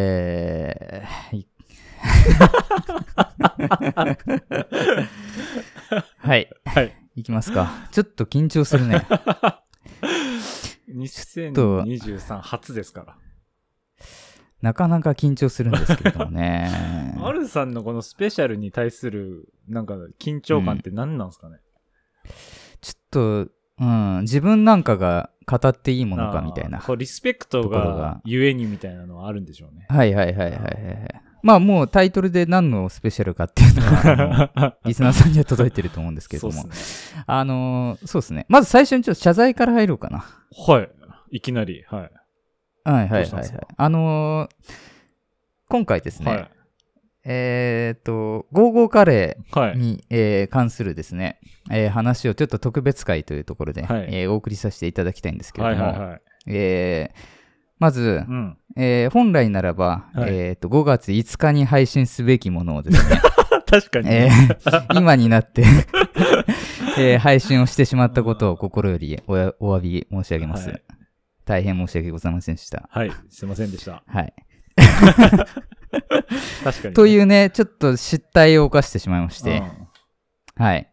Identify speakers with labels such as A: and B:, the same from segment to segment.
A: えー、いはい。
B: はい。
A: いきますか。ちょっと緊張する ね。と
B: 2023初ですから。。
A: なかなか緊張するんですけれどもね
B: アルさんのこのスペシャルに対する、なんか、緊張感って何なんですかね、
A: ちょっと、うん、自分なんかが語っていいものかみたい
B: あ
A: な
B: ー。こうリスペクト
A: ところ
B: が
A: が、
B: ゆえにみたいなのはあるんでしょうね。
A: はいはいはいはいはいはい。まあもうタイトルで何のスペシャルかっていうの は、あのリスナーさんには届いてると思うんですけれ
B: そ
A: ど
B: う
A: も。
B: です
A: あのーそうですね。まず最初にちょっと謝罪から入ろうかな。
B: ね。はい。いきなり。はい。
A: はいは
B: どう
A: い
B: したん
A: は
B: で
A: い
B: す
A: はい
B: か。
A: あのー今回ですね、
B: はい。
A: えーっと、ゴーゴーカレー
B: はい。
A: に、えー関するですね、えー話をちょっと特別会というところで、
B: はい
A: えーお送りさせていただきたいんですけ
B: は
A: れ
B: い
A: ども、
B: はいはい。
A: えーまず
B: う、ん。
A: えー本来ならば、
B: はい
A: えーっと、5月5日に配信すべきものをです ね、
B: 確かに。
A: えー今になって、 えー配信をしてしまったことを心よりおやお詫び申し上げます、
B: はい
A: 大変申し訳ございませんでした。
B: はい。すいませんでした。
A: はい。
B: 確かにね、
A: というね、ちょっと失態を犯してしまいまし
B: う
A: て、
B: ん
A: はい。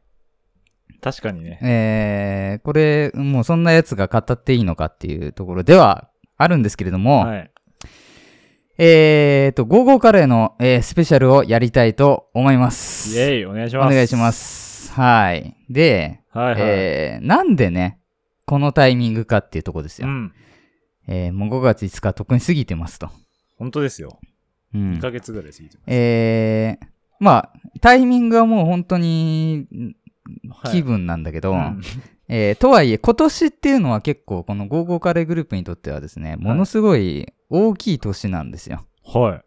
B: 確かにね。
A: えー、これ、もうそんなやつが語っていいのかっていうところではあるんですけれども、
B: はい。
A: えーと、ゴーゴーカレーの、えースペシャルをやりたいと思いま
B: イ
A: す。
B: ェイ、お願いし
A: お
B: ます。
A: 願いしま。す。はい。で、
B: はいはい。
A: えーなんでね、このタイミングかっていうところです
B: う
A: よ。
B: ん。
A: えーもう5月5日特に過ぎてますと。
B: 本当ですよ。
A: うん
B: 2ヶ月ぐらい過ぎてます。
A: えーまあ、タイミングはもう本当に
B: はい
A: 気分なんだけど、
B: うん
A: えーとはいえ、今年っていうのは結構、この55カレーグループにとってはですね、ものすごい大きい年なんですよ。
B: は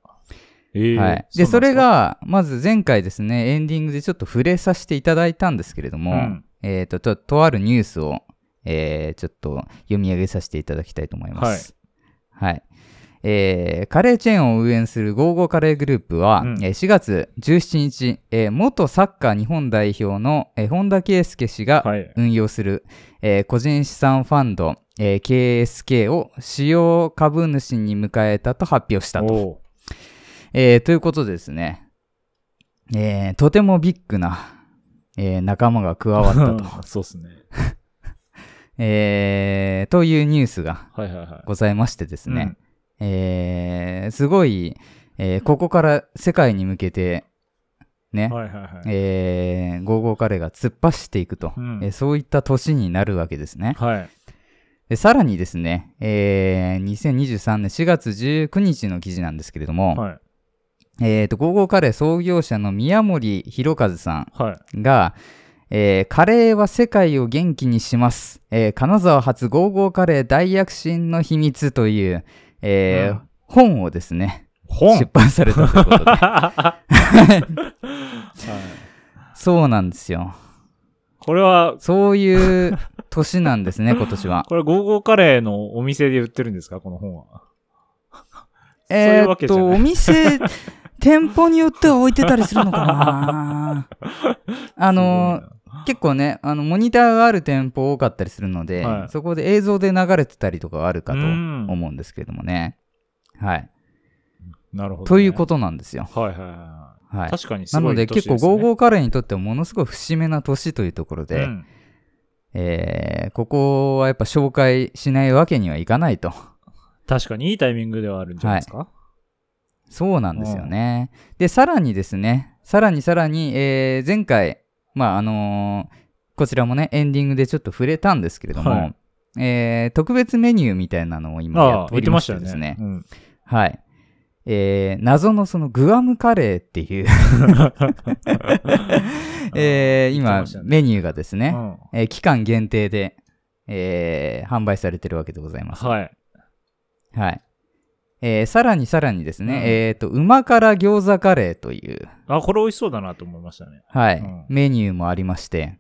B: い。えー
A: はい。で、
B: う
A: そ
B: なん
A: れが、まず前回ですね、エンディングでちょっと触れさせていただいたんですけれども、
B: うん
A: えっ、とと、とあるニュースを、えーちょっと読み上げさせていただきたいと思います。はい。えーカレーチェーンを運営する55カレーグループは、
B: うん
A: えー4月17日、えー元サッカー日本代表の、えー本田圭佑氏が
B: はい。
A: 運用する、えー個人資産ファンド、えー KSK を使用株主に迎えたと発表したと。
B: おう
A: えーということでですね、えーとてもビッグな、えー仲間が加わった と、
B: そうっすね。
A: えーというニュースが
B: はいはいはい。
A: ございましてですね、えーすごい、えーここから世界に向けて、ね
B: うん。、はいはいはい。
A: えー、ゴーゴーカレーが突っ走っていくと、
B: うん
A: えーそういった年になるわけですね。
B: はい。
A: でさらにですね、えー2023年4月19日の記事なんですけれども、
B: はい。
A: えーと、ゴーゴーカレー創業者の宮森博和さ
B: はい。
A: んが、えーカレーは世界を元気にします。えー金沢発ゴーゴーカレー大躍進の秘密という、えー
B: うん
A: 本をですね、
B: 本
A: 出版されたということで。
B: はい
A: そうなんですよ。
B: これは、
A: そういう年なんですね、今年は。
B: これ、ゴーゴーカレーのお店で売ってるんですかこの本は。そうい
A: え
B: う
A: ー
B: わ
A: っ
B: けじゃ
A: と、
B: な
A: お
B: い。
A: 店、店舗によっては置いてたりするのかなあ の、結構ね、あの、モニターがある店舗多かったりするので、
B: はい
A: そこで映像で流れてたりとかはあるかと
B: うん
A: 思うんですけれどもね。はい。
B: なるほどね。
A: ということなんですよ。
B: と。はいはいは。
A: はいい。
B: 確かにす
A: な
B: ごい
A: ので、結構、
B: 年すね
A: ゴーゴーカレーにとってはものすごい節目な年というところで、
B: うん
A: えーここはやっぱ紹介しないわけにはいかないと。
B: 確かにいいタイミングではあるんじゃないですか
A: そうなんですよね。で、さらにですね、さらにさらに、えー前回、まあ、あのーこちらもね、エンディングでちょっと触れたんですけれども、
B: はい
A: えー特別メニューみたいなのを今や
B: あ
A: っ
B: あ、
A: てお
B: 言って
A: り
B: ま
A: ま
B: し
A: したて
B: よ
A: で
B: ね。
A: すね。
B: うん
A: はい。えー謎のそのグアムカレーって いう、えー
B: 言って
A: 今、
B: ましたね
A: メニューがです ね、
B: うん
A: えー期間限定で、えー販売されてるわけでございます。
B: はい。
A: はい。えーさらにさらにですね、
B: うん
A: えっ、と、旨辛餃子カレーという、
B: あ、これ美味しそうだなと思いましたね。
A: はい、
B: うん
A: メニューもありまして、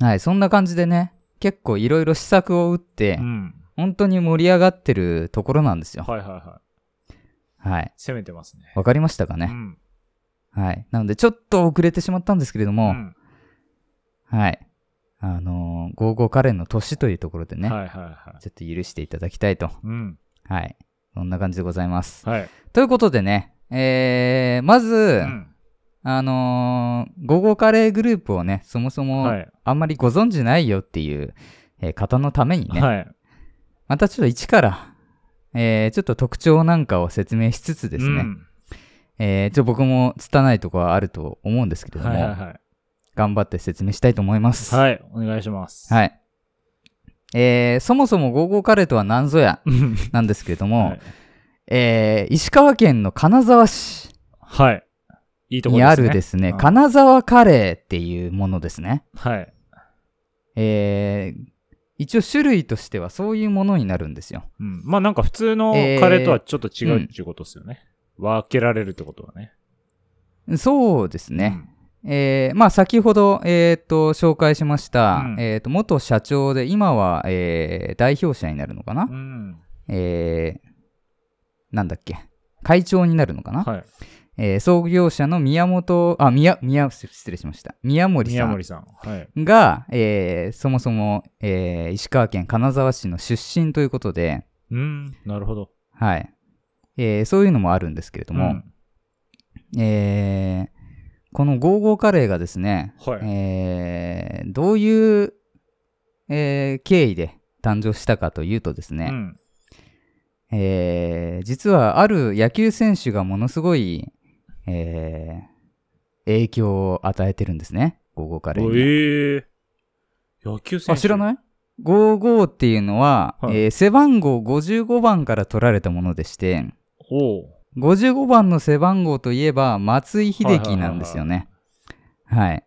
A: はい、そんな感じでね、結構いろいろ試作を打って、
B: うん。
A: 本当に盛り上がってるところなんですよ。
B: はいはいはい。
A: はい。
B: 攻めてますね。
A: わかりましたか
B: う
A: ね、
B: ん。
A: はい。なので、ちょっと遅れてしまったんですけれど
B: う
A: も、
B: ん
A: はい。あのー、ゴーゴーカレーの年というところでね、
B: はいはいは
A: ちょっと許していただきたいと、
B: い。うん。
A: はい。そんな感じでございます。
B: はい。
A: ということでね、えー、まず、
B: うん
A: あのー、ゴーゴーカレーグループをね、そもそ
B: は
A: も
B: い。
A: あんまりご存じないよっていう、えー方のためにね、
B: はい。
A: またちょっと一から、えー、ちょっと特徴なんかを説明しつつですね、
B: うん
A: えー、ちょっと僕も拙いところはあると思うんですけれども、
B: はいはいはい。
A: 頑張って説明したいと思います。はい。
B: はい。お願いします。 い。
A: えー、そもそもゴーゴーカレーとは何ぞやなんですけれども、
B: はい
A: えー、石川県の金沢市
B: はい。いいとこ
A: に
B: ろ
A: あ
B: ですね。
A: るですね、
B: うん
A: 金沢カレーっていうものですね。
B: はい。
A: えー、一応種類としてはそういうものになるんですよ。
B: うん。まあなんか普通の
A: えー
B: カレーとはちょっと違ううんっていうことですよね。分けられるってことはね。
A: そうですね。えーまあ先ほど、えーと紹介しました、
B: うん
A: えーと元社長で今は、えー代表者になるのかな、
B: うん。うん。
A: えーなんだっけ会長になるのかな、
B: はい。
A: えー創業者の宮本あ宮宮失礼しました宮森さ
B: 宮森
A: ん
B: さん。はい。
A: が、えーそもそも、えー石川県金沢市の出身ということで、
B: うん。なるほど。
A: はいえーそういうのもあるんですけれども、えーこのゴーゴーカレーがですね、
B: うんはい。
A: えーどういう、えー経緯で誕生したかというとです
B: う
A: ね、
B: ん。
A: えー実はある野球選手がものすごい、えー影響を与えてるんですね、ゴーゴーカレー
B: お
A: に。
B: ええ野球選
A: あ
B: 手。
A: 知ら
B: い
A: ない ?55 っていうのは、
B: はい
A: えー背番号55番から取られたものでして、
B: おう
A: 55番の背番号といえば松井秀喜なんですよね。はい。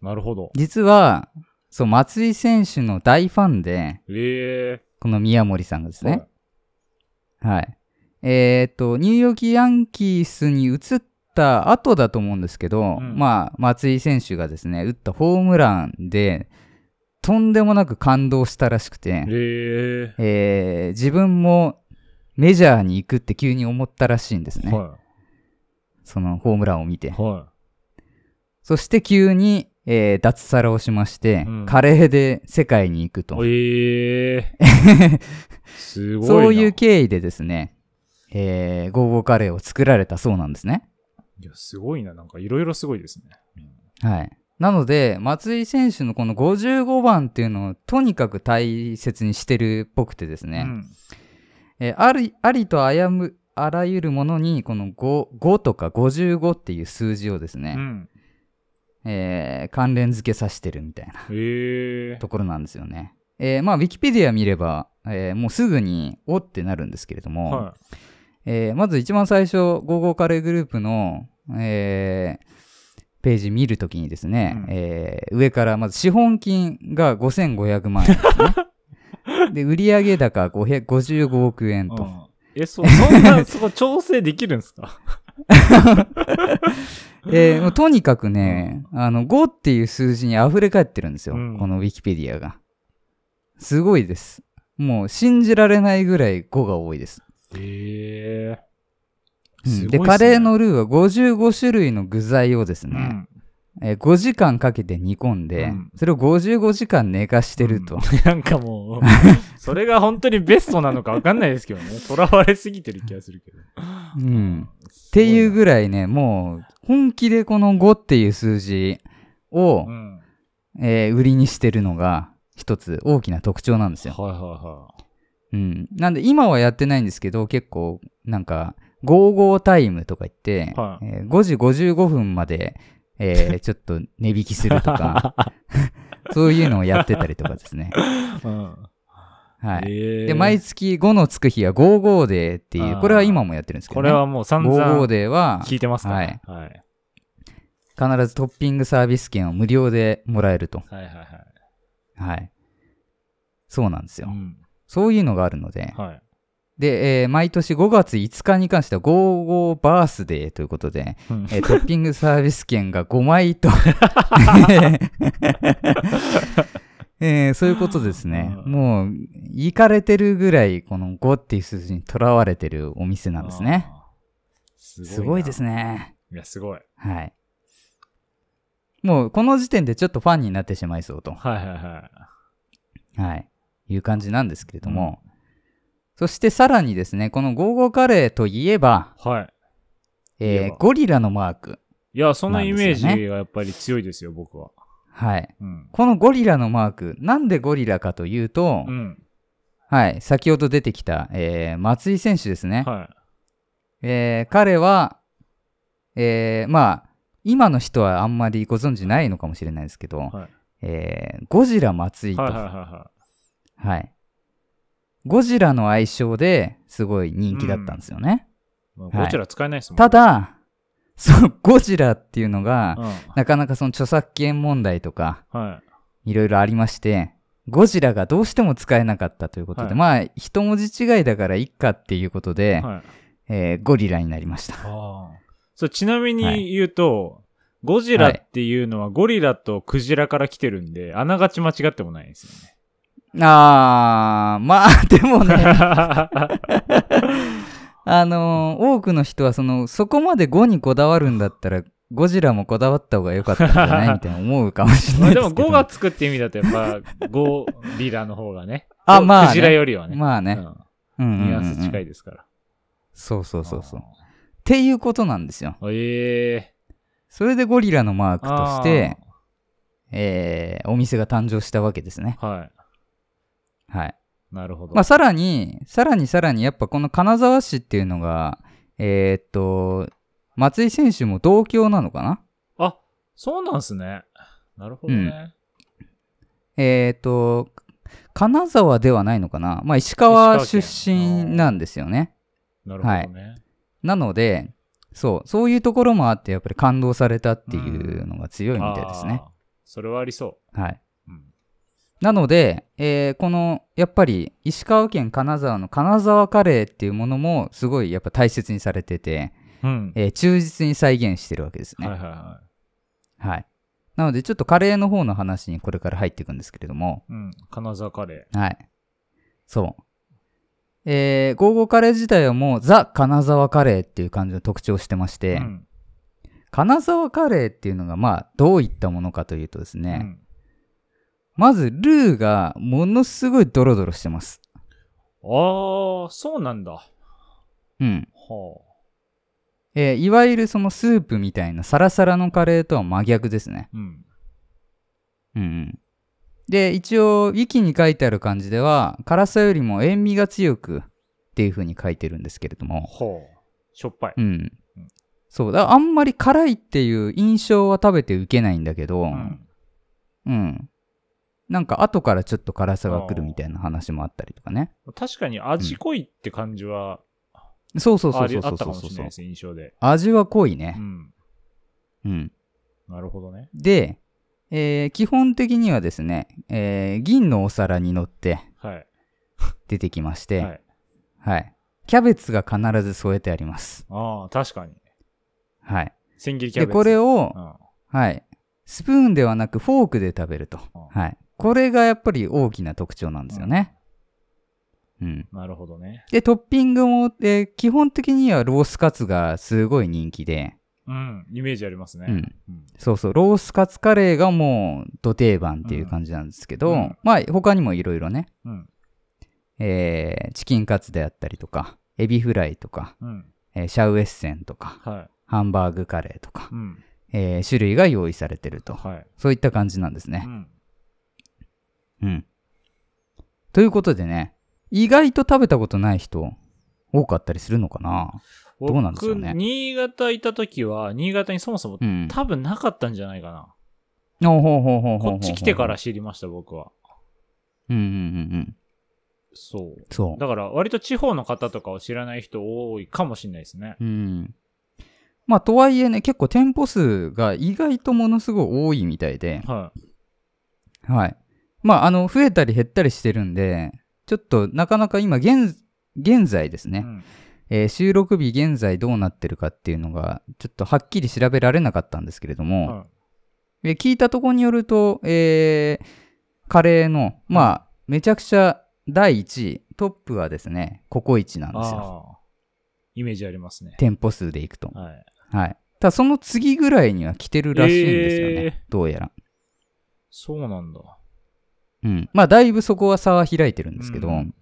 B: なるほど。
A: 実は、そう、松井選手の大ファンで、
B: ええ
A: この宮森さんがですね。はい。えーっと、ニューヨークヤンキースに移った後だと思うんですけど、
B: うん
A: まあ、松井選手がですね、打ったホームランで、とんでもなく感動したらしくて、
B: え
A: えー自分もメジャーに行くって急に思ったらしいんです
B: え
A: ね。
B: は
A: そのホームランを見て
B: い。。は
A: そして急に、えー脱サラをしまして、
B: うん
A: カレーで世界に行くと
B: い。。ええすごいな。
A: そういう経緯でですね、えーゴーゴーカレーを作られたそうなんですね。
B: いや、すごいな。なんかいろいろすごいですね。
A: はい。なので、松井選手のこの55番っていうのをとにかく大切にしてるっぽくてです
B: う
A: ね、
B: ん。
A: えーありありとあやむあらゆるものにこの 5, 5とか55っていう数字をです
B: う
A: ね、
B: ん。
A: えー関連付けさせてるみたいな
B: ええ
A: ところなんですよね。えーまあ、ウィキペディア見れば、えーもうすぐにおってなるんですけれども、
B: は
A: えーまず一番最初、55カレーグループの、えーページ見るときにですね、
B: うん
A: えー上からまず資本金が5500万円で すね。で、売上高500 55億円
B: い。う
A: と。
B: んえ、そ、 そんな、そこ調整できるんですか
A: えーもうとにかくね、あの、5っていう数字に溢れ返ってるんですよ。
B: うん
A: このウィキペディアが。すごいです。もう信じられないぐらい5が多いです。
B: ええ
A: うんで、カレーのルーは55種類の具材をですね、
B: ね。
A: えー5時間かけて煮込んで、
B: うん
A: それを55時間寝かしてると、
B: うんなんかもう、 それが本当にベストなのか分かんないですけどね。囚われすぎてる気がするけど。
A: うんっていうぐらいねもう本気でこの5っていう数字を、
B: うん。はい
A: えー売りにしてるのが一つ大きな特徴なんですよ、
B: はいはい。
A: うん、なんで今はやってないんですけど結構なんか55タイムとか言って、
B: は
A: えー5時55分まで、 えーちょっと値引きするとかそういうのをやってたりとかですね、
B: うん。
A: はい、
B: ええ
A: で、毎月5のつく日は55デーっていう、
B: あー
A: これは今もやってるんですけ
B: こ
A: どね。
B: れはもう散
A: 55
B: 々
A: デーは、
B: 聞いてますから。
A: はい
B: はい。
A: 必ずトッピングサービス券を無料でもらえると。
B: はいはいはい。
A: はい。そうなんです
B: う
A: よ。
B: ん。
A: そういうのがあるので。
B: はい。
A: で、えー毎年5月5日に関しては55バースデーということで、
B: うん
A: えートッピングサービス券が5枚と。えーそういうことですね。
B: うん
A: もう、行かれてるぐらい、この5っていう数字にとらわれてるお店なんですね。
B: あー。
A: すごいです
B: ね。
A: ね。
B: いや、すごい。
A: はい。もうこの時点でちょっとファンになってしまいそうと、
B: はいはいはい。
A: はい、いう感じなんですけれども、そしてさらにですね、このゴーゴーカレーといえば、
B: はい。いえ
A: えー
B: ば
A: ゴリラのマーク。
B: いや、そのイメージ
A: な
B: が
A: んです
B: やっぱり強いですよ、僕は。
A: はい。
B: うん。
A: このゴリラのマーク、なんでゴリラかというと、
B: うん。
A: はい、先ほど出てきた、えー松井選手ですね。
B: は
A: えー彼は、えーまあ、今の人はあんまりご存知ないのかもしれないですけど、
B: はい
A: えーゴジラ松
B: い。
A: 井と、
B: はいは
A: はいい
B: はいは
A: ゴジラの愛称ですごい人気だったんですよね。
B: い。まあ
A: はい
B: ゴジラ使えないですもん
A: た、だ、そのゴジラっていうのが、
B: うん。
A: なかなかその著作権問題とか、
B: はい
A: ろいろありまして、ゴジラがどうしても使えなかったということで、
B: はい
A: まあ、一文字違いだからいっかっていうこと
B: い。
A: で、
B: はい。
A: えーゴリラになりました。
B: ああ。そう、ちなみ
A: は
B: に
A: い
B: 言うと、ゴジラっていうのはゴリラとクジラから来てるんで、あながち間違ってもないですよ ね。
A: あー、まあ、 でも ね、
B: は
A: あのー多くの人はその、そこまで5にこだわるんだったら、ゴジラもこだわった方が良かったんじゃないみたいな思うかもしれないいで
B: で も
A: すけど。
B: 5がつくって意味だとや っぱゴリラの方がね。
A: あまあね
B: クジラよりはね。
A: まあ
B: あ
A: ね。うんうん
B: ニュアンス近
A: い。
B: いですから。
A: そうそうそうそう。っ
B: あ
A: ていうことなんですよ。
B: ー。ええ
A: それでゴリラのマークと
B: あー
A: して、えーお店が誕生したわけですね。
B: は
A: はい。
B: い。なるほど。
A: まあ、さらに、さらにさらに、やっぱこの金沢市っていうのが、えーっと、松井選手も同郷なのかな
B: あ、そうなんすね。なるほどね。
A: えー、と、金沢ではないのかな、まあ、石川出身なんですよね。
B: なるほどね。
A: なので、そう、そういうところもあって、やっぱり感動されたっていうのが強いみたいですね。
B: あー。それはありそ
A: はい。
B: う。うん。
A: なので、えーこの、やっぱり、石川県金沢の金沢カレーっていうものも、すごいやっぱ大切にされてて、
B: うん。
A: えー忠実に再現してるわけですね。
B: はいは
A: はい
B: い。は
A: なので、ちょっとカレーの方の話にこれから入っていくんですけれども、
B: い。うん。金沢カレー。
A: はい。そう。えー、ゴーゴーカレー自体はもうザ・金沢カレーっていう感じの特徴をしてまして、
B: うん
A: 金沢カレーっていうのがまあどういったものかというとです
B: う
A: ね、
B: ん
A: まずルーがものすごいドロドロしてます。
B: ああ、そうなんだ。は
A: うん。
B: あ。
A: えーいわゆるそのスープみたいなサラサラのカレーとは真逆ですね。
B: うん。
A: うんうん。で、一応、ウィキに書いてある感じでは、辛さよりも塩味が強くっていう風に書いてるんですけれども、
B: ほう。しょっぱい。
A: うん。そう。だからあんまり辛いっていう印象は食べて受けないんだけど、う。。
B: うん
A: なんか後からちょっと辛さが来るみたいな話もあったりとかね。
B: 確かに味濃いって感じは、
A: そうそうそ
B: あ
A: うそ
B: り
A: う
B: あ
A: そ
B: っ
A: う
B: た
A: そ
B: か
A: う
B: もしれないです、印象で。
A: 味は濃いうね。
B: ん。
A: うん。
B: なるほどね。
A: で、えー基本的にはですね、えー銀のお皿に乗って
B: はい。
A: 出てきまし
B: は
A: て、はい。
B: い。
A: キャベツが必ず添えてあります。
B: ああ、確かに。
A: はい。
B: 千切りキャベ
A: で、
B: ツ。
A: これ
B: を。
A: を
B: う、ん。
A: はい。スプーンではなくフォークで食べると。
B: うん
A: はい。これがやっぱり大きな特徴なんですよね。うん。
B: なるほどね。
A: で、トッピングも、えー基本的にはロースカツがすごい人気で、
B: うん。イメージありますね。
A: うん。
B: うん。
A: そうそう、ロースカツカレーがもう、ど定番っていう感じなんですけど、
B: うん
A: まあ、他にもいろいろね、
B: うん。
A: えーチキンカツであったりとか、エビフライとか、
B: うん。
A: えーシャウエッセンとか、
B: はい。
A: ハンバーグカレーとか
B: う、ん。
A: えー種類が用意されてると。
B: はい。
A: そういった感じなんですね。
B: うん。
A: うん。ということでね、意外と食べたことない人、多かったりするのかなどうなんでしょうね
B: 僕新潟いた時は、新潟にそもそも
A: うん。
B: 多分なかったんじゃないかな。
A: ほうほうほうほうほう
B: こっち来てから。知りました、僕は。
A: うんうんうんうん。
B: そう。
A: そ
B: だから、割と地方の方とかを知らない人多いかもしれないですね。
A: う。うん。まあ、とはいえね、結構店舗数が意外とものすごい多いみたいで、
B: は
A: はい。まあ、あの、増えたり減ったりしてるんで、ちょっとなかなか今、現、現在です
B: い。
A: ね
B: う、ん
A: えー収録日現在どうなってるかっていうのが、ちょっとはっきり調べられなかったんですけれども、
B: は
A: で聞いたところによると、えーカレーの、まあ、めちゃくちゃ第1位、トップはですね、ココイチなん
B: い。
A: ですよ。
B: ああ。イメージありますね。
A: 店舗数でいくと。
B: はい。
A: はい。ただ、その次ぐらいには来てるらしいんですよね。
B: えー
A: どうやら。
B: そうなんだ。
A: うん。まあ、だいぶそこは差は開いてるんですけど、
B: うん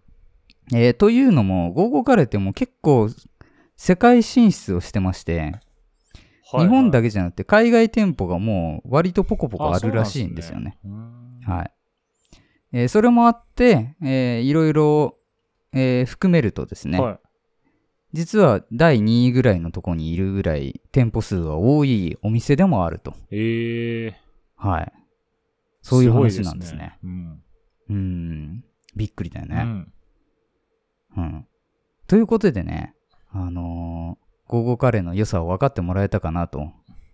A: えーというのも、ゴーゴーカレーってもう結構世界進出をしてまして、日本だ
B: け
A: けじゃなくて海外店舗がもう割とポコポコあるらしいんですよね。。
B: そうなんですね
A: はい。えーそれもあって、えーいろいろ、えー含めるとですね、
B: はい。
A: 実は第2位ぐらいのとこにいるぐらい店舗数が多いお店でもあると。
B: ええ
A: はい。そういう話なんですね。
B: すごいうん。
A: うん。びっくりだよ
B: う
A: ね。
B: ん。
A: うん。ということでね、あのー、ゴーゴーカレーの良さを分かってもらえたかなと、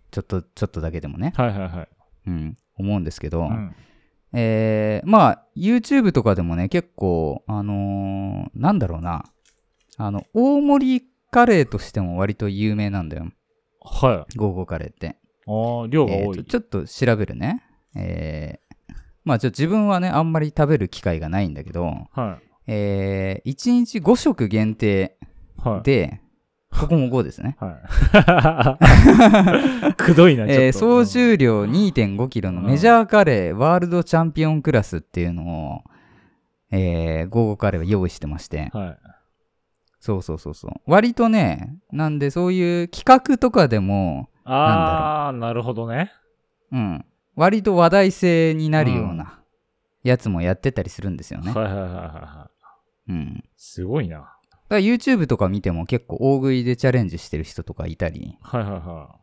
A: ちょっと、ちょっとだけでもね、
B: はいはいはい。
A: うん、思うんですけど、
B: うん
A: えーまあ、YouTube とかでもね、結構、あのーなんだろうな、あの、大盛りカレーとしても割と有名なんだよ。
B: はい。あ
A: ゴーゴーカレーって。
B: あ、量が
A: え
B: 多
A: ーと
B: い。
A: ちょっと調べるね。えーまあ、ちょ自分はね、あんまり食べる機会がないんだけど、
B: は
A: えー1日5食限定
B: い。はい。。
A: で、ここも5ですね
B: はい。 くどいな、ちょっと。
A: えー総重量2 5キロのメジャーカレーワールドチャンピオンクラスっていうのを、えー、ゴーゴーカレーは用意してまして、
B: うん。はい。
A: そうそうそうそう。割とね、なんでそういう企画とかでも、
B: ああ、なるほどね。
A: うん、割と話題性になるようなやつもやってたりするんですよ
B: はい
A: ね。
B: はいはいはいはい。
A: うん。だか
B: すごいな。
A: ら YouTube とか見ても結構大食いでチャレンジしてる人とかいたり、
B: はいはいは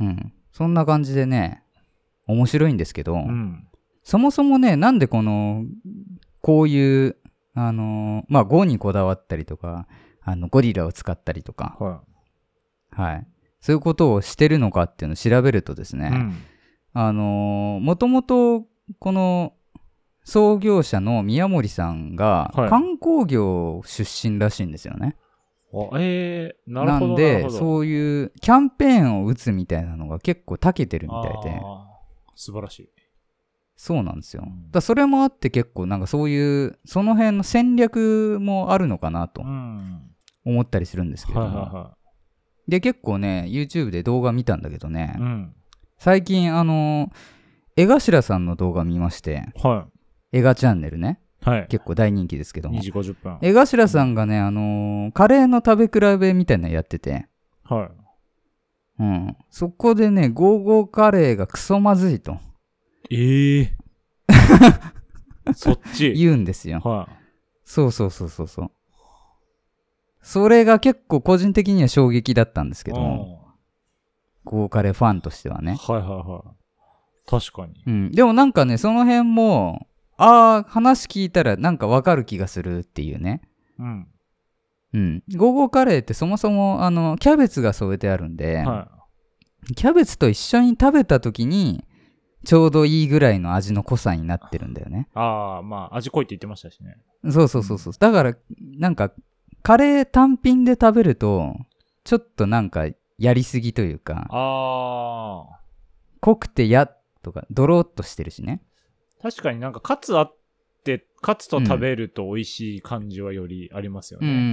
A: うん。そんな感じでね、面白いんですけど、
B: い。うん。
A: そもそもね、なんでこの、こういう、あのーまあ、5にこだわったりとか、あの、ゴリラを使ったりとか、
B: は
A: はい。そういうことをしてるのかっていうのを調べるとです
B: い。
A: ね、
B: うん。
A: あのもともと、この、創業者の宮森さんが
B: はい
A: 観光業出身らしいんですよね。
B: あえー、なるほど。
A: ん
B: なる
A: で、
B: ほど
A: そういうキャンペーンを打つみたいなのが結構長けてるみたいで、
B: あー素晴らしい。
A: そうなんですよ。
B: う
A: だか
B: ん
A: らそれもあって結構なんかそういう、その辺の戦略もあるのかなと
B: うん。
A: 思ったりするんですけれ
B: はい
A: ど
B: はい
A: も。
B: は
A: で、結構ね、YouTube で動画見たんだけどね
B: い。う、ん。
A: 最近あの、江頭さんの動画見まして、
B: は
A: 江頭チャンネルね、
B: い。はい。
A: 結構大人気ですけども
B: 2。時50分。
A: 江頭さんがね、あのーカレーの食べ比べみたいなのやってて、
B: はい。
A: うん。そこでね、ゴーゴーカレーがクソまずいと
B: え えそっち。
A: 言うんですよ。
B: は
A: そうそうそうそうそう。それが結構個人的には衝撃だったんです
B: い。
A: けど
B: うん
A: も、ゴーカレーファンとしてはね。
B: はいはいはい。確かに。
A: うん。でもなんかね、その辺も、ああ、話聞いたらなんかわかる気がするっていうね。
B: うん。
A: うん。ゴーゴーカレーってそもそも、あの、キャベツが添えてあるんで、
B: は
A: キャベツと一緒に食べた時にちょうどいいぐらいの味の濃さになってるんだよね
B: い。。ああ、まあ、味濃いって言ってましたしね。
A: そうそうそうそう。だからなんかカレー単品で食べるとちょっとなんかやりすぎというか
B: ああ。
A: 濃くてやとかドロッとしてるしね。
B: 確かになんか、カツあって、カツと食べると美味しい感じはよりありますよ
A: う
B: ね。
A: んうんうん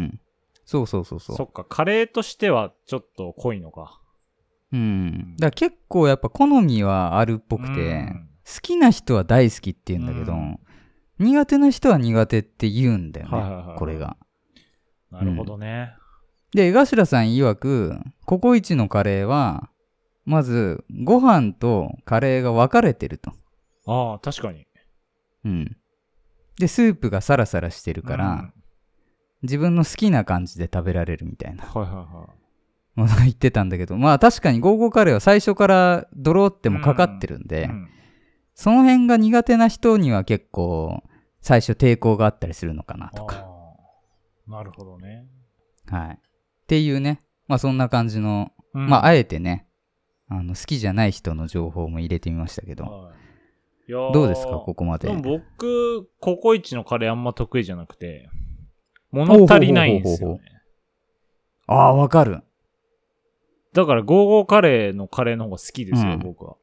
A: うん。そうそうそうそう。
B: そっか、カレーとしてはちょっと濃いのか。
A: うん。だから結構やっぱ好みはあるっぽくて、
B: うん
A: 好きな人は大好きって言うんだけど、
B: うん
A: 苦手な人は苦手って言うんだよね、
B: はいはいはい
A: これが。
B: なるほどね。
A: で、江頭さん曰く、ココイチのカレーは、まず、ご飯とカレーが分かれてると。
B: ああ、確かに。
A: うん。で、スープがサラサラしてるから、自分の好きな感じで食べられるみたいな
B: うんはいはいはい。
A: ものを言ってたんだけど、まあ確かにゴーゴーカレーは最初からドローってもかかってるんで、
B: うん
A: その辺が苦手な人には結構、最初抵抗があったりするのかなとか。
B: あーなるほどね。
A: はい。っていうね、まあそんな感じの、
B: うん
A: まああえてね、あの好きじゃない人の情報も入れてみましたけど、
B: はいいやー
A: どうですか、ここまで。
B: でも僕、ココイチのカレーあんま得意じゃなくて、物足りないんですよ
A: ほうほうほう
B: ね。
A: ああ、わかる。
B: だから、ゴーゴーカレーのカレーの方が好きですよ、
A: うん
B: 僕は。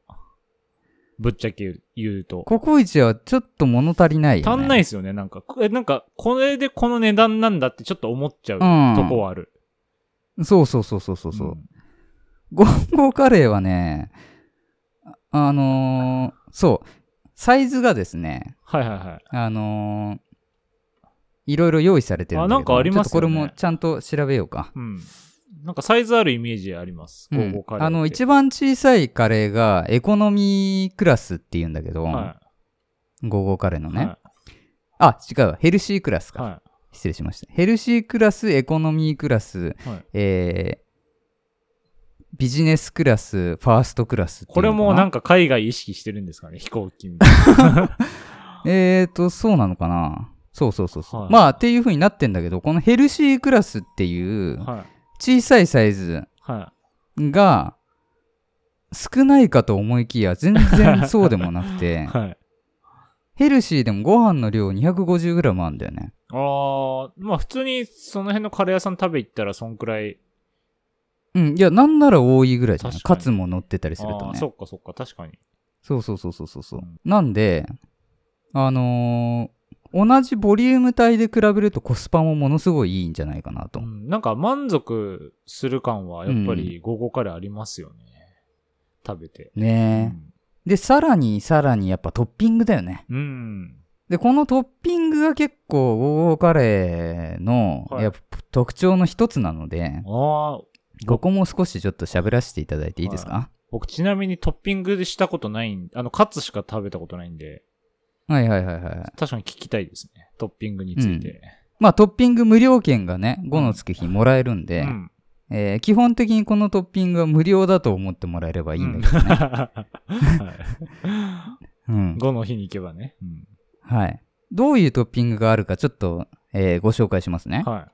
B: ぶっちゃけ言う言うと。
A: ココイチはちょっと物足りないよ、ね。
B: 足んない
A: い
B: ですよね、なんか。え、なんか、これでこの値段なんだってちょっと思っちゃう
A: うん
B: とこはある。
A: そうそうそうそうそう。
B: う
A: うんゴーゴーカレーはね、ああのーそう、サイズがですね、
B: はいはいはい。
A: あのーいろいろ用意されてるんだけど、
B: あなんかありますよね
A: ちょっとこれもちゃんと調べようか。
B: うん。なんかサイズあるイメージあります。
A: うん
B: ゴーゴーカレーって。
A: あの、一番小さいカレーがエコノミークラスっていうんだけど、
B: は
A: ゴーゴーカレーの
B: い。
A: ね。
B: は
A: あ、違うわ、ヘルシークラス
B: い。
A: か。
B: は
A: 失礼しました。ヘルシークラス、エコノミークラス、
B: い。はい
A: えービジネスクラス、ファーストクラスっていう
B: これもなんんか海外意識してるんですかね飛行機みたいな。
A: えーと、そうなのかなそうそうそうそう、
B: は い
A: まあ、っていう風になってんだけど、このヘルシークラスっていう
B: はい。
A: 小さいサイズ
B: は
A: が少ないかと思いきや、全然そうでもなく
B: い。
A: て、
B: はい。
A: ヘルシーでもご飯の量 250g あるんだよね。
B: あー、まあ普通にその辺のカレー屋さん食べ行ったらそんくらい。
A: うん、いや、なんなら多いぐらいじゃない
B: 確か
A: カ
B: に
A: ツも乗ってたりす
B: あ
A: ると
B: ー
A: ね。
B: そっかそっか、確かに。
A: そうそうそうそうそうそう
B: う。ん
A: なんで、あのー同じボリューム帯で比べるとコスパもものすごいいいんじゃないかなと。
B: うんなんか満足する感はやっぱりゴーゴーカレーありますよね。食べて。
A: ねえ。で、さらにさらにやっぱトッピングだよね。
B: うん。うん
A: で、このトッピングが結構ゴーゴーカレーの、
B: はい
A: やっぱ特徴の一つなので、
B: ああ、
A: ここも少しちょっと喋らせていただいていいですか、
B: 僕ちなみにトッピングでしたことないん、あの、カツしか食べたことないんで、
A: はい、はいはいはいはい
B: 確かに聞きたいですね。トッピングについて。
A: まあトッピング無料券がね、5のつく日もらえるんで、
B: うん。
A: えー基本的にこのトッピングは無料だと思ってもらえればいいんだけどね。 うん
B: 5の日に行けばね。うん
A: はい。どういうトッピングがあるかちょっと、えーご紹介しますね。
B: は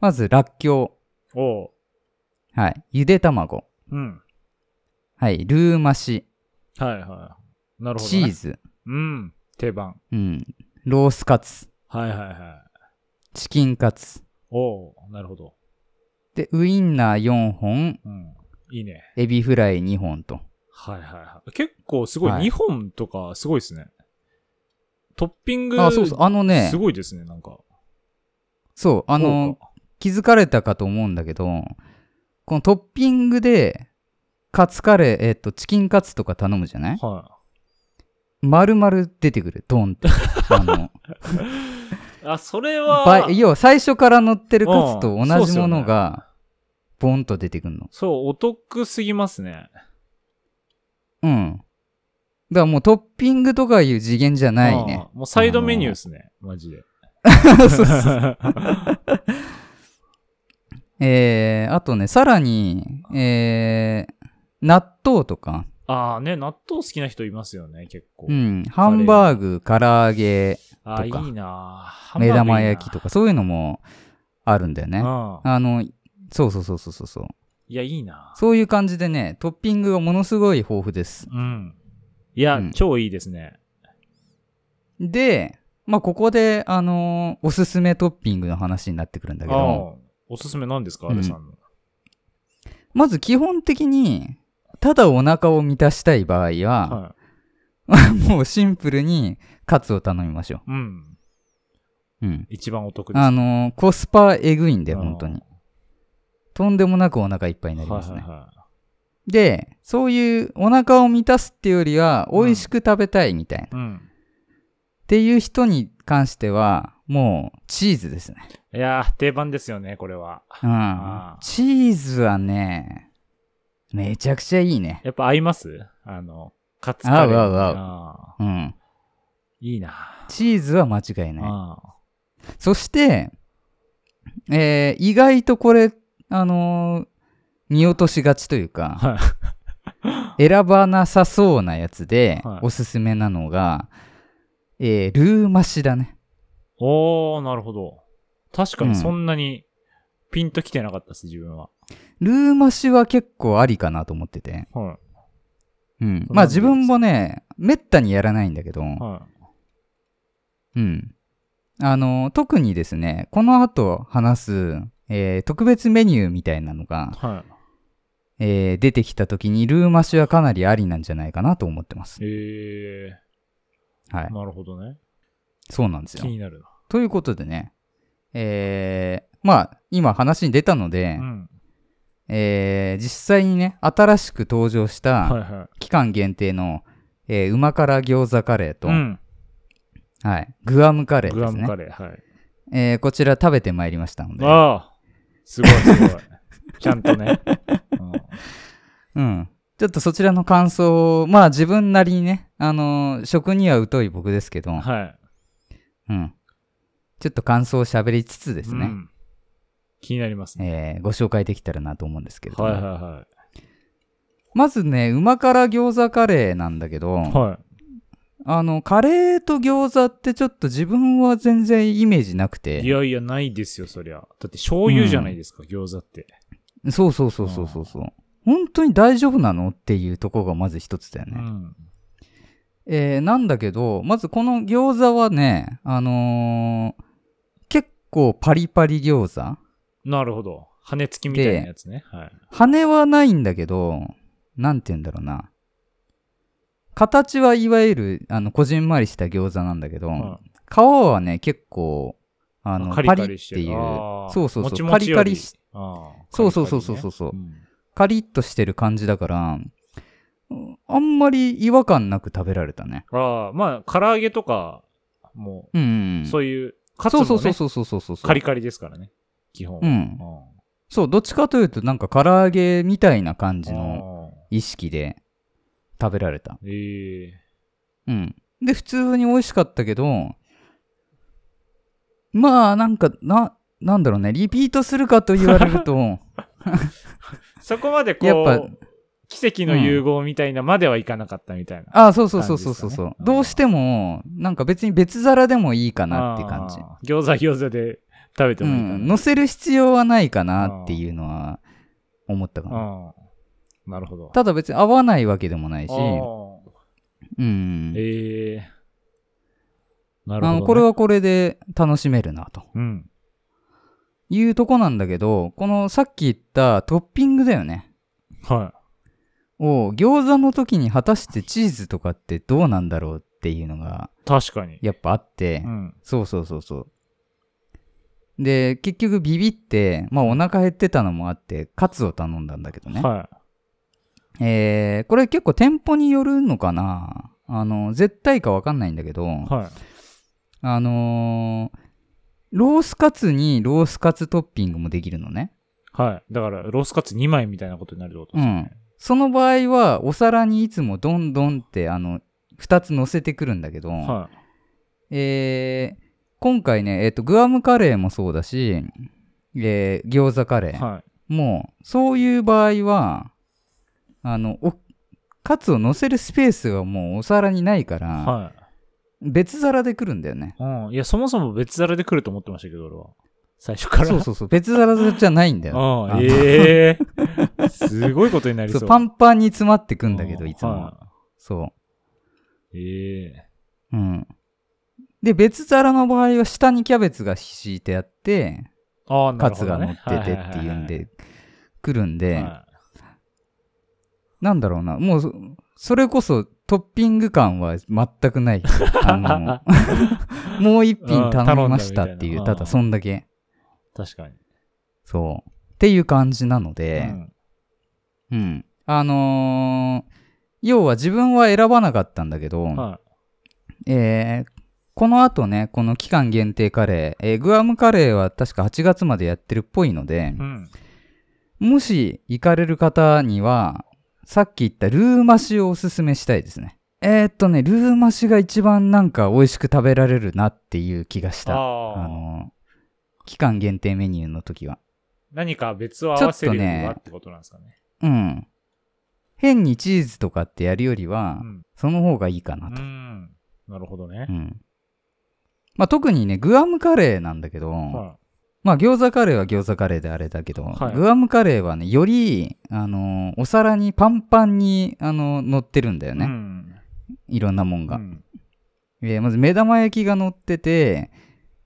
A: まず、らっきょ
B: い。おう。
A: う。はい。ゆで卵。
B: うん。
A: はい。ルーマシ。
B: はいはい。なるほど、ね。
A: チー。ズ。
B: うん。定番。
A: うん。ロースカツ。
B: はいはいはい。
A: チキンカツ。
B: おう。なるほど。
A: で、ウインナー4本、
B: うん。いいね。
A: エビフライ2本と。
B: はいはいはい。結構すごい。
A: はい
B: 2本とかすごいですね。トッピング。
A: あ、そうそう。あのね
B: す、ごいですね、なんか。
A: そう。あ
B: そう
A: の、
B: か、
A: 気づかれたかと思うんだけど、このトッピングで、カツカレー、えっ、と、チキンカツとか頼むじゃない
B: は
A: 丸々出てくる。ドン って。あの、
B: い。あ、それ
A: ば
B: は、
A: 要は最初から乗ってるカツと
B: うん
A: 同じものがボンと出てくるの
B: そう、お得すぎますね。
A: うんだからもうトッピングとかいう次元じゃないね
B: あーもうサイドメニューですね、マジで。
A: そうそうえー、あとねさらにえー、納豆とか、
B: ああね、納豆好きな人いますよね、結構。
A: うん、ハンバーグ唐揚げ
B: ああ、い
A: とか
B: いなぁ
A: 目玉焼きと
B: か
A: かそういうのもあるんだよね
B: ね。うん。
A: あのそうそうそうそうそうそう
B: いや、いいなぁ
A: そういう感じでねトッピングがものすごい豊富です
B: うん。いや、
A: うん
B: 超いいですね。
A: で、まあ、ここで、あのーおすすめトッピングの話になってくるんだけ
B: あ
A: ど、
B: ーおすすめなんですか、
A: うん
B: あれさんの。
A: まず基本的に、ただお腹を満たしたい場合は、
B: は
A: もうシンプルにカツを頼みましょ
B: い。うん。
A: う。うん。
B: 一番お得です。
A: あのーコスパエグいんで、
B: うん
A: 本当に。とんでもなくお腹いっぱいになりますね。
B: はいはいは
A: で、そういうお腹を満たすっていうよりは、
B: うん
A: 美味しく食べたいみたいな、っ
B: い。うん。
A: ていう人に関しては、もうチーズですね。
B: いやー、定番ですよね、これは。
A: うん
B: あ、
A: チーズはね、めちゃくちゃいいね。
B: やっぱ合いますあの、カツカレーに。
A: 合う合う合う
B: あ
A: うん。
B: ーいいな
A: チーズは間違い
B: ぁ。
A: ない。
B: あ
A: そして、えー意外とこれ、あのー見落としがちというか、
B: は
A: 選ばなさそうなやつで
B: はい、
A: おすすめなのが、えールーマシだね。
B: おー、なるほど。確か
A: うん
B: にそんなにピンときてなかったです、自分は。
A: ルーマシは結構ありかなと思ってて。
B: は
A: うん。
B: そう
A: ま
B: な
A: あ
B: んです
A: 自分もね、めったにやらないんだけど、
B: い。は
A: うん。あの、特にですね、この後話す、えー特別メニューみたいなの
B: い。
A: が、
B: はい。
A: えー出てきた時にルーマシはかなりありなんじゃないかなと思ってます。
B: え
A: はい
B: ー、。なるほどね。
A: そうなんです
B: 気
A: よ。
B: になるな。
A: ということでね、えーまあ、今話に出たので、
B: うん。
A: えー実際にね、新しく登場し
B: はい
A: た
B: は
A: 期間限定の、えー、うま辛餃子カレー
B: い。
A: と、
B: うん。
A: はい、グアムカレー
B: グ
A: で
B: ラ
A: す
B: ム
A: ね
B: カ。レー、はい。
A: えーこちら食べてまいりましたので、
B: ああ、すごいす ごい。ちゃんとね。
A: う
B: うん
A: ん。ちょっとそちらの感想を、まあ自分なりにね、あのー食には疎い僕ですけど、
B: はい。
A: うん。ちょっと感想を喋りつつです
B: う
A: ね、
B: ん気になりますね。
A: えーご紹介できたらなと思うんですけれども、
B: はいはいは
A: まずね、旨辛餃子カレーなんだけど、
B: い。は
A: あの、カレーと餃子ってちょっと自分は全然イメージなく
B: い。
A: て
B: い、やいや、ないですよ、そりゃ。だって醤油じゃないですか、餃子って。
A: そうそうそうそうそうそう。本当に大丈夫なのっていうところがまず一つだよ
B: う
A: ね。
B: ん。
A: えーなんだけど、まずこの餃子はね、あのー結構パリパリ餃子
B: なるほど。羽根付きみたいなやつね。はい。
A: 羽はないんだけど、なんて言うんだろうな。形はいわゆる、あの、こじんまりした餃子なんだけど、
B: うん
A: 皮はね、結構、あの、
B: カ
A: パ
B: リ
A: リ
B: カリし
A: ってて
B: る
A: いう
B: あー、
A: そうそう
B: もち
A: そう、
B: も
A: パ
B: ち
A: リ
B: よ
A: カ
B: り
A: リし、
B: あー
A: そうそうそうそうそうそう
B: カリカリね
A: カリッとしてる感じだから、うんあんまり違和感なく食べられたね。
B: うんああ、まあ、唐揚げとか、も
A: うんうん、
B: う、そういう、カツ
A: そ
B: も
A: うそうそう
B: ね、
A: そうそうそうそう。
B: カリカリですからね。基本は。
A: うんそう、どっちかというと、なんか唐揚げみたいな感じの
B: の。
A: 意識で食べられた。
B: ええ
A: うん。で、普通に美味しかったけど、まあ、なんか、な、なんだろうね、リピートするかと言われると、
B: そこまでこう、
A: やっぱ
B: 奇跡の融合みたいなまではいかなかったみたいな。
A: ああ、そうそうそうそうそうそう、
B: 感じですかね
A: どうしても、なんか別に別皿でもいいかなって感じ。
B: あー餃子餃子で食べて
A: う
B: もいいかな。
A: ん、乗せる必要はないかなっていうのは思ったかな。
B: うんなるほど。
A: ただ別に合わないわけでもないし、
B: あー
A: うん。
B: ええなるほ
A: あ
B: ど、
A: の
B: ね。
A: これはこれで楽しめるなと
B: うん。
A: いうとこなんだけど、このさっき言ったトッピングだよね。
B: は
A: を餃子の時に果たしてチーズとかってどうなんだろうっていうのが
B: い。確かに。
A: やっぱあって、
B: うん。
A: そうそうそうそう。で、結局ビビって、まあお腹減ってたのもあって、カツを頼んだんだけどね。
B: は
A: えーこれ結構店舗によるのかなあの、絶対かわかんないんだけど、
B: い。はい。
A: あのーロースカツにロースカツトッピングもできるのね。
B: はい。だから、ロースカツ2枚みたいなことになるってことですよね。
A: その場合は、お皿にいつもどんどんって、あの、2つ乗せてくるんだけど、
B: は
A: えー今回ね、えっ、と、グアムカレーもそうだし、えー餃子カレ
B: い。
A: ー、
B: は
A: もう、そういう場合は、あの、おカツを乗せるスペースがもうお皿にないから、
B: い。は
A: 別皿で来るんだよね。
B: い。うん。いや、そもそも別皿で来ると思ってましたけど、俺は。最初から。
A: そうそうそう、別皿じゃないんだよ。 あ
B: ああ、え えすごいことになりそ。
A: そううパンパンに詰まってくんだけ
B: う
A: ど、
B: ん
A: いつも。
B: は
A: そ
B: いええ
A: う。うん。で、別皿の場合は下にキャベツが敷いてあって、
B: ああ、な
A: カ
B: る
A: ツ
B: ほ
A: が
B: ど
A: 乗
B: ね
A: っててっていうん、
B: は
A: で、来るん
B: いはい
A: で
B: はい、は
A: なんだろうな、もうそ、それこそトッピング感は全く ない。あの、もう一品頼みましたっていうう、
B: ん頼んだみたいな
A: ただそんだけ。
B: い確かに。
A: そう。っていう感じなので、
B: うん
A: うん。あのー要は自分は選ばなかったんだけど、
B: は
A: えーこの後ね、この期間限定カレー、えーグアムカレーは確か8月までやってるっぽいので
B: い。う、ん。
A: もし行かれる方には、さっき言ったルーマシをおすすめしたいですね。えー、っとね、ルーマシが一番なんか美味しく食べられるなっていう気がした。あ
B: ああ
A: のー期間限定メニューの時は。
B: 何か別を合わせるよりはってことなんですかね。
A: うん。変にチーズとかってやるよりは
B: う、ん
A: その方がいいかな
B: う
A: と。
B: ん。なるほどね
A: う。ん。まあ、特にね、グアムカレーなんだけど、
B: は
A: まあ餃子カレーは餃子カレーであれだけど、
B: はい
A: グアムカレーはね、より、あのーお皿にパンパンに、あのー乗ってるんだよ
B: い。
A: ね。
B: うん
A: いろんなもんが。
B: うん
A: えーまず目玉焼きが乗ってて、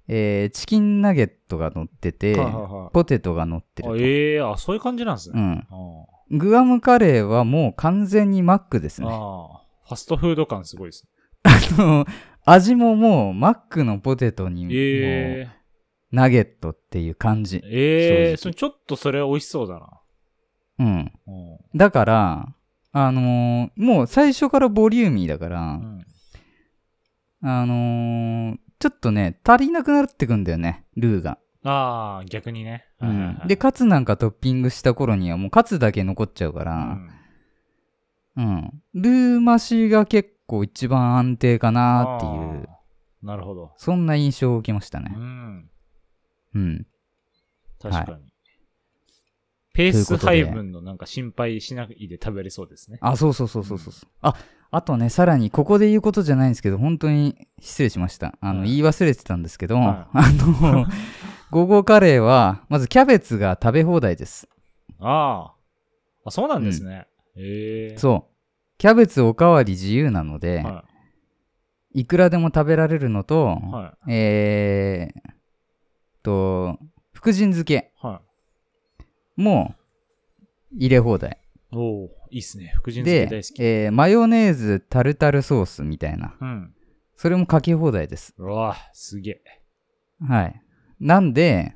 A: えーチキンナゲットが乗ってて、
B: はいはいはい
A: ポテトが乗ってる
B: あ
A: と。
B: ええあ、そういう感じなんです
A: う
B: ね。
A: ん、
B: あー
A: グアムカレーはもう完全にマックです
B: あ
A: ね。
B: ー。ファストフード感すごいですね。
A: 味ももうマックのポテトにもう
B: え
A: ナゲットっていう感じ
B: え。え
A: 正直
B: えそれちょっとそれは美味しそうだな。
A: うん、
B: うん
A: だから、あのーもう最初からボリューミーだから、
B: うん。
A: あのーちょっとね、足りなくなってくんだよね。ルーが。
B: ああ、逆にね。
A: う
B: はいはい
A: ん
B: はい
A: で、、カツなんかトッピングした頃にはもうカツだけ残っちゃうか
B: う
A: ら、
B: ん
A: うん。ルーマシが結構一番安定かなっていう、
B: あーなるほど。
A: そんな印象を受けました
B: う
A: ね。
B: ん。
A: うん。
B: 確かに。
A: は
B: ペー
A: という
B: ス
A: ことで
B: 配分のなんか心配しないで食べれそうですね。
A: あ、そうそうそうそうそうそう。あ、あとね、さらに、ここで言うことじゃないんですけど、本当に失礼しました。あの、
B: はい
A: 言い忘れてたんですけど、
B: はい
A: あの、午後カレーは、まずキャベツが食べ放題です。
B: ああ。あ、そうなんですね。ええ
A: そう。キャベツおかわり自由なので、、
B: はい
A: くらでも食べられるのと、
B: い。は
A: えーっと、福神漬け
B: い。は
A: も入れ放題。
B: い。おおいいっすね。福神漬け
A: で
B: 大好き。
A: えーマヨネーズタルタルソースみたいな。
B: うん。
A: それもかけ放題です。
B: うわあ、すげえ。
A: はい。なんで、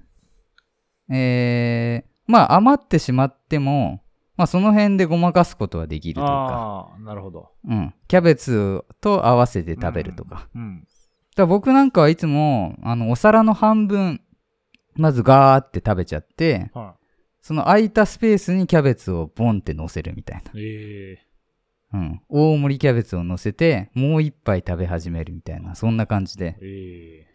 A: えーまあ余ってしまっても、まあその辺でごまかすことはできるというか、
B: ああ、なるほど。
A: うん。キャベツと合わせて食べるとか。
B: うん。
A: だから僕なんかはいつも、あの、お皿の半分、まずガーって食べちゃって、
B: は
A: その空いたスペースにキャベツをボンって乗せるみたいな。
B: い。ええ
A: うん。大盛りキャベツを乗せて、もう一杯食べ始めるみたいな、そんな感じで。
B: ええ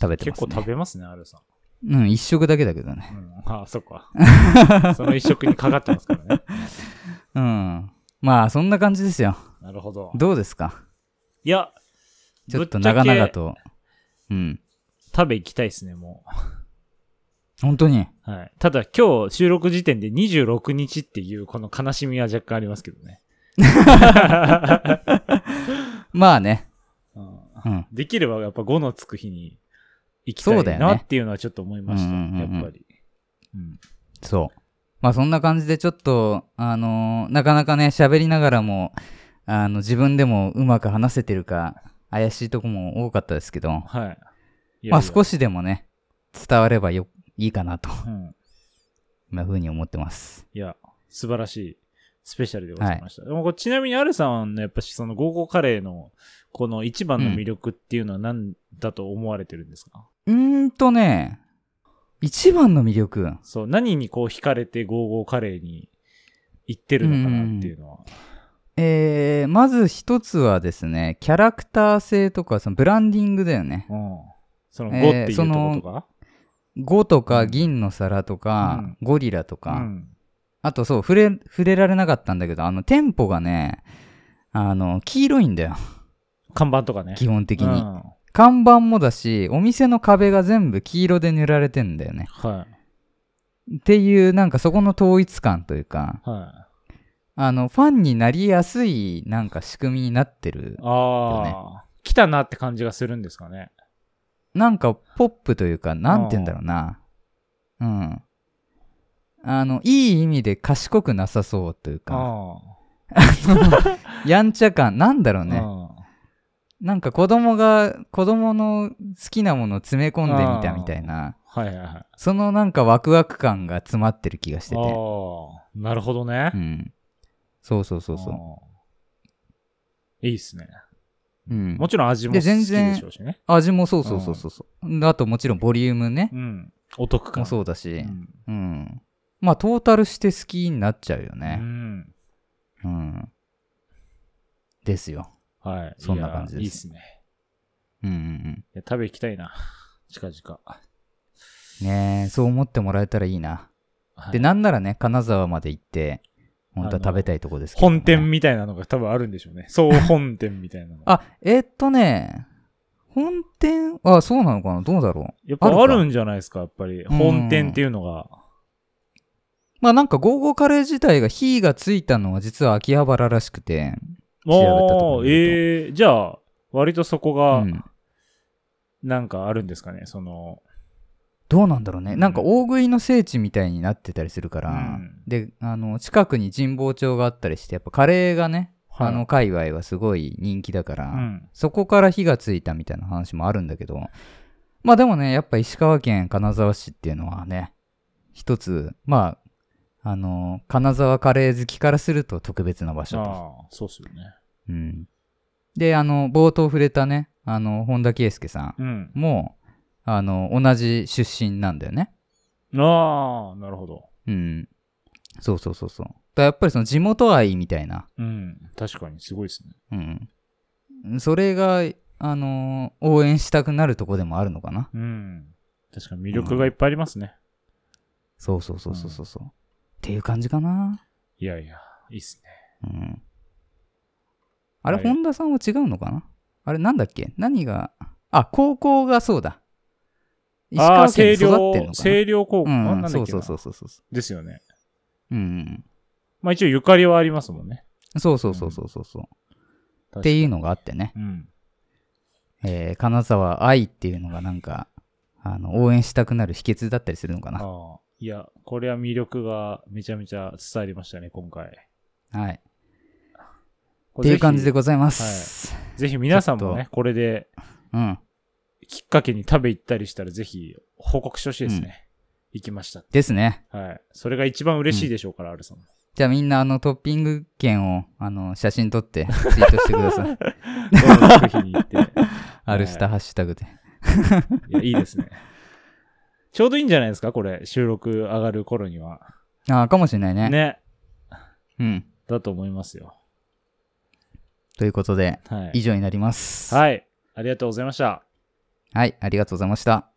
A: 食べてますね
B: 結構食べますね、アルさん。
A: うん、一食だけだけどね。
B: うん、 ああ、そっ か。その一食にかかってますからね。
A: うん。まあ、そんな感じですよ。
B: なるほど。
A: どうですか
B: いや、
A: ちょっと
B: ぶちゃ
A: 長
B: け
A: 々と。うん。
B: 食べ行きたいですね、も
A: 本当に。
B: う。はい。ただ、今日収録時点で26日っていう、この悲しみは若干ありますけど ね。
A: まあね。
B: うん
A: うん。
B: できれば、やっぱ5のつく日に行きた
A: そうだ
B: い
A: よ
B: な
A: ね
B: っていうのはちょっと思いました、
A: うんうんうんうん
B: やっぱり。うん。
A: そう。まあ、そんな感じでちょっと、あのーなかなかね、喋りながらも、あの、自分でもうまく話せてるか、怪しいとこも多かったですけど、
B: はい。いやいや
A: まあ、少しでもね、伝わればよ、いいかなと、
B: うん。
A: そんな風に思ってます。
B: いや、素晴らしいスペシャルでございました。でもこれちなみに、アルさんのやっぱし、そのゴーゴーカレーの、この一番の魅力っていうのは何だと思われてるんですか、
A: うーんとね、一番の魅力。
B: そう、何にこう惹かれてゴーゴーカレーに行ってるのかなっていうのは。
A: えー、まず一つはですね、キャラクター性とか、そのブランディングだよね。
B: うん。その
A: えー
B: 5っていうとことか、
A: 5とか銀の皿とか、
B: うん
A: ゴリラとか、
B: うん。
A: あとそう、触れ、触れられなかったんだけど、あの、テンポがね、あの、黄色いんだよ。
B: 看板とかね。
A: 基本的に。
B: うん
A: 看板もだし、お店の壁が全部黄色で塗られてんだよね。
B: は
A: っていう、なんかそこの統一感というか、
B: い。はい。
A: あの、ファンになりやすい、なんか仕組みになってる。
B: ああ、来たなって感じがするんですかね。
A: なんかポップというか、なんて言うんだろうな。うん。あの、いい意味で賢くなさそうというか、
B: あ
A: やんちゃ感、なんだろ
B: あ
A: うね。なんか子供が子供の好きなものを詰め込んでみたみたいな、
B: はいはいはい。あ
A: そのなんかワクワク感が詰まってる気がして
B: あ
A: て。
B: ー、なるほどね。
A: うん。そうそうそうそ
B: うんいいっすね。
A: う。うん
B: も。ちろん味も好
A: で
B: きで
A: 全然
B: しょうしね。
A: 味もそうそうそうそうそう。あともちろんボリュームね
B: う。ん。お得感。
A: もそうだし
B: う。ん
A: うん。まあトータルして好きになっちゃうよ
B: う
A: ね。
B: ん。
A: うん。ですよ。
B: はい。
A: そんな感じです
B: いやいいっすね。
A: うんうん
B: いや食べ行きたいな。近々。
A: うん。ねえ、そう思ってもらえたらいいな。
B: はい
A: で、なんならね、金沢まで行って、本当は食べたいとこですけどね、。
B: 本店みたいなのが多分あるんでしょうね。総本店みたいなの
A: あ、えーっとね、本店、あ、そうなのかなどうだろう。
B: やっぱ
A: あるか
B: あるんじゃないですか、やっぱり。
A: うん
B: 本店っていうのが。
A: まあなんか、ゴーゴーカレー自体が火がついたのは実は秋葉原らしくて、調べたとこ
B: ああ
A: ろ
B: ー、
A: による
B: ええじゃあ、割とそこが
A: う、ん
B: なんかあるんですかね、その、
A: どうなんだろうね。
B: うん
A: なんか大食いの聖地みたいになってたりするから、
B: うん
A: で、あの、近くに神保町があったりして、やっぱカレーがね、
B: はい
A: あの界隈はすごい人気だから、
B: うん。
A: そこから火がついたみたいな話もあるんだけど、まあでもね、やっぱ石川県金沢市っていうのはね、一つ、まあ、あの、金沢カレー好きからすると特別な場所と。
B: ああ、そうっすよね。
A: うん、で、あの、冒頭触れたね、あの、本田圭佑さん
B: うん。
A: も、あの、同じ出身なんだよね。
B: ああ、なるほど。
A: うん。そうそうそうそう。だからやっぱりその地元愛みたいな。
B: うん。確かにすごいですね。
A: うん。それが、あのー応援したくなるとこでもあるのかな。
B: うん。確かに魅力がいっぱいありますね。
A: そうそうそうそうそうそう。っていう感じかな。
B: いやいや、いいっすね。
A: うん。あれ、
B: はい
A: 本田さんは違うのかなあれ、なんだっけ何が、あ、高校がそうだ。石
B: ああ
A: 川
B: ー、
A: 県で
B: 清
A: 育ってん
B: 涼、
A: のかな
B: 清涼高校、
A: う
B: あ
A: ん
B: な
A: うん
B: んだっけ
A: そ
B: な
A: うそうそうそうそう。
B: ですよね。
A: うんうん
B: まあ一応ゆかりはありますもんね。
A: うん。そうそうそうそうそうそう。
B: っ
A: って
B: う。
A: いうのがあってね。
B: うん。
A: えー金沢愛っていうのがなんか、あの、応援したくなる秘訣だったりするのかな。
B: ああ。いや、これは魅力がめちゃめちゃ伝わりましたね、今回。
A: はい。って
B: これぜ
A: い
B: ひ
A: う感じでございます。
B: ぜひ皆さんも
A: ちょっ
B: ね、これで
A: うん。
B: きっかけに食べ行ったりしたら、ぜひ報告してほしいですね。行きました。
A: ですね。
B: はい。それが一番嬉しいでしょうから、アルさんも。
A: じゃあみんなあのトッピング券をあの写真撮 ってツイートしてください。
B: 行く日に 行って。
A: あるしたハッシュタグで。
B: いや、いいですね。ちょうどいいんじゃないですか、これ。収録上がる頃には。
A: ああ、かもしれないね。
B: ね。
A: うん。
B: だと思いますよ。
A: ということで、
B: はい。
A: 以上になります。
B: はい。ありがとうございました。
A: はい、ありがとうございました。